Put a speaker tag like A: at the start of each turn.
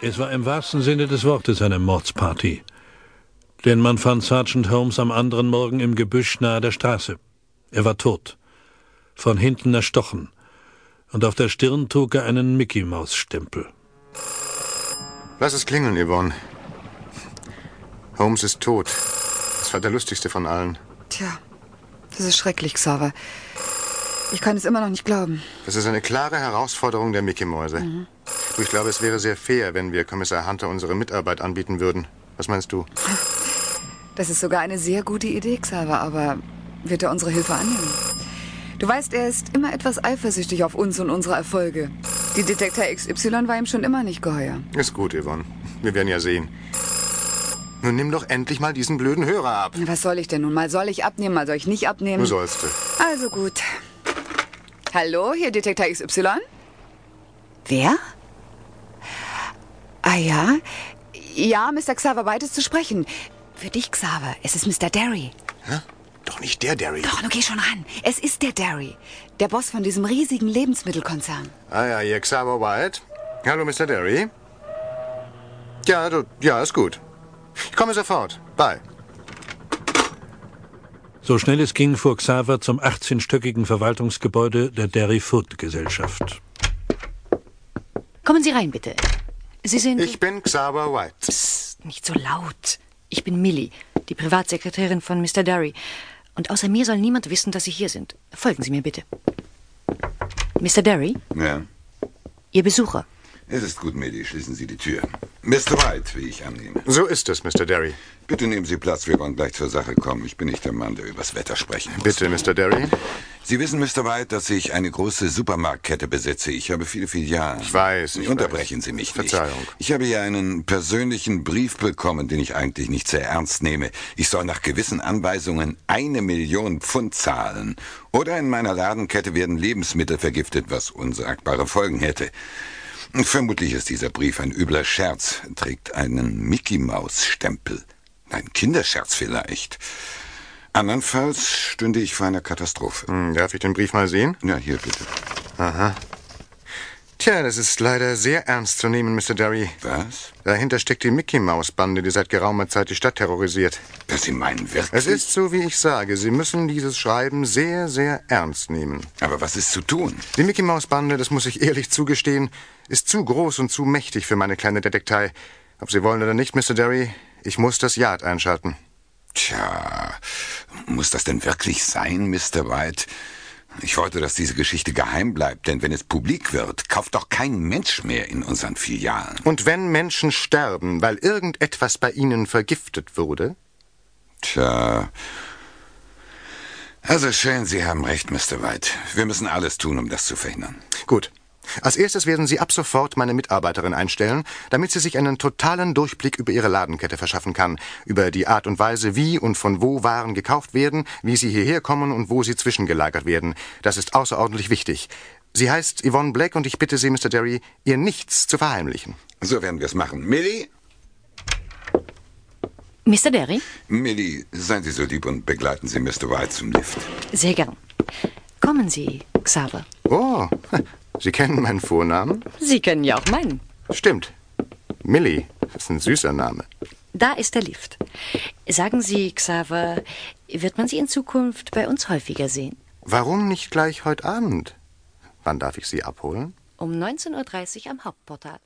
A: Es war im wahrsten Sinne des Wortes eine Mordsparty. Denn man fand Sergeant Holmes am anderen Morgen im Gebüsch nahe der Straße. Er war tot, von hinten erstochen, und auf der Stirn trug er einen Mickey-Maus-Stempel.
B: Lass es klingeln, Yvonne. Holmes ist tot. Das war der lustigste von allen.
C: Tja, das ist schrecklich, Xaver. Ich kann es immer noch nicht glauben.
B: Das ist eine klare Herausforderung der Mickey-Mäuse. Mhm. Ich glaube, es wäre sehr fair, wenn wir Kommissar Hunter unsere Mitarbeit anbieten würden. Was meinst du?
C: Das ist sogar eine sehr gute Idee, Xaver, aber wird er unsere Hilfe annehmen? Du weißt, er ist immer etwas eifersüchtig auf uns und unsere Erfolge. Die Detektor XY war ihm schon immer nicht geheuer.
B: Ist gut, Yvonne. Wir werden ja sehen. Nun nimm doch endlich mal diesen blöden Hörer ab.
C: Was soll ich denn nun? Mal soll ich abnehmen, mal soll ich nicht abnehmen?
B: Du sollst. Du.
C: Also gut. Hallo, hier Detektor XY? Wer? Ah ja? Ja, Mr. Xaver Beides zu sprechen. Für dich, Xaver. Es ist Mr. Derry.
B: Hä? Doch nicht der Derry.
C: Doch, nun geh schon ran. Es ist der Derry. Der Boss von diesem riesigen Lebensmittelkonzern.
B: Ah ja, hier Xaver White. Hallo, Mr. Derry. Ja, du, ja, ist gut. Ich komme sofort. Bye.
A: So schnell es ging, fuhr Xaver zum 18-stöckigen Verwaltungsgebäude der Derry Food Gesellschaft.
D: Kommen Sie rein, bitte. Sie sind.
B: Ich bin Xaver White.
D: Psst, nicht so laut. Ich bin Millie, die Privatsekretärin von Mr. Derry. Und außer mir soll niemand wissen, dass Sie hier sind. Folgen Sie mir bitte. Mr. Derry?
E: Ja.
D: Ihr Besucher.
E: Es ist gut, Millie. Schließen Sie die Tür. Mr. White, wie ich annehme.
B: So ist es, Mr. Derry.
E: Bitte nehmen Sie Platz, wir wollen gleich zur Sache kommen. Ich bin nicht der Mann, der übers Wetter sprechen muss.
B: Bitte, Mr. Derry.
E: Sie wissen, Mr. White, dass ich eine große Supermarktkette besitze. Ich habe viele Filialen.
B: Ich weiß. Ich
E: Unterbrechen
B: weiß.
E: Sie mich nicht.
B: Verzeihung.
E: Ich habe hier einen persönlichen Brief bekommen, den ich eigentlich nicht sehr ernst nehme. Ich soll nach gewissen Anweisungen eine Million Pfund zahlen. Oder in meiner Ladenkette werden Lebensmittel vergiftet, was unsagbare Folgen hätte. Vermutlich ist dieser Brief ein übler Scherz, trägt einen Mickey-Maus-Stempel. Ein Kinderscherz vielleicht. Andernfalls stünde ich vor einer Katastrophe.
B: Hm, darf ich den Brief mal sehen?
E: Ja, hier bitte.
B: Aha. Tja, das ist leider sehr ernst zu nehmen, Mr. Derry.
E: Was?
B: Dahinter steckt die Mickey-Maus-Bande, die seit geraumer Zeit die Stadt terrorisiert.
E: Das Sie meinen wirklich?
B: Es ist so, wie ich sage. Sie müssen dieses Schreiben sehr, sehr ernst nehmen.
E: Aber was ist zu tun?
B: Die Mickey-Maus-Bande, das muss ich ehrlich zugestehen, ist zu groß und zu mächtig für meine kleine Detektei. Ob Sie wollen oder nicht, Mr. Derry, ich muss das Yard einschalten.
E: Tja, muss das denn wirklich sein, Mr. White? Ich wollte, dass diese Geschichte geheim bleibt, denn wenn es publik wird, kauft doch kein Mensch mehr in unseren Filialen.
B: Und wenn Menschen sterben, weil irgendetwas bei ihnen vergiftet wurde?
E: Tja. Also schön, Sie haben recht, Mr. White. Wir müssen alles tun, um das zu verhindern.
B: Gut. Als erstes werden Sie ab sofort meine Mitarbeiterin einstellen, damit sie sich einen totalen Durchblick über Ihre Ladenkette verschaffen kann, über die Art und Weise, wie und von wo Waren gekauft werden, wie sie hierher kommen und wo sie zwischengelagert werden. Das ist außerordentlich wichtig. Sie heißt Yvonne Black und ich bitte Sie, Mr. Derry, ihr nichts zu verheimlichen.
E: So werden wir es machen. Millie?
D: Mr. Derry?
E: Millie, seien Sie so lieb und begleiten Sie Mr. White zum Lift.
D: Sehr gern. Kommen Sie, Xaver.
B: Oh, Sie kennen meinen Vornamen?
D: Sie kennen ja auch meinen.
B: Stimmt. Millie. Das ist ein süßer Name.
D: Da ist der Lift. Sagen Sie, Xaver, wird man Sie in Zukunft bei uns häufiger sehen?
B: Warum nicht gleich heute Abend? Wann darf ich Sie abholen?
D: Um 19.30 Uhr am Hauptportal.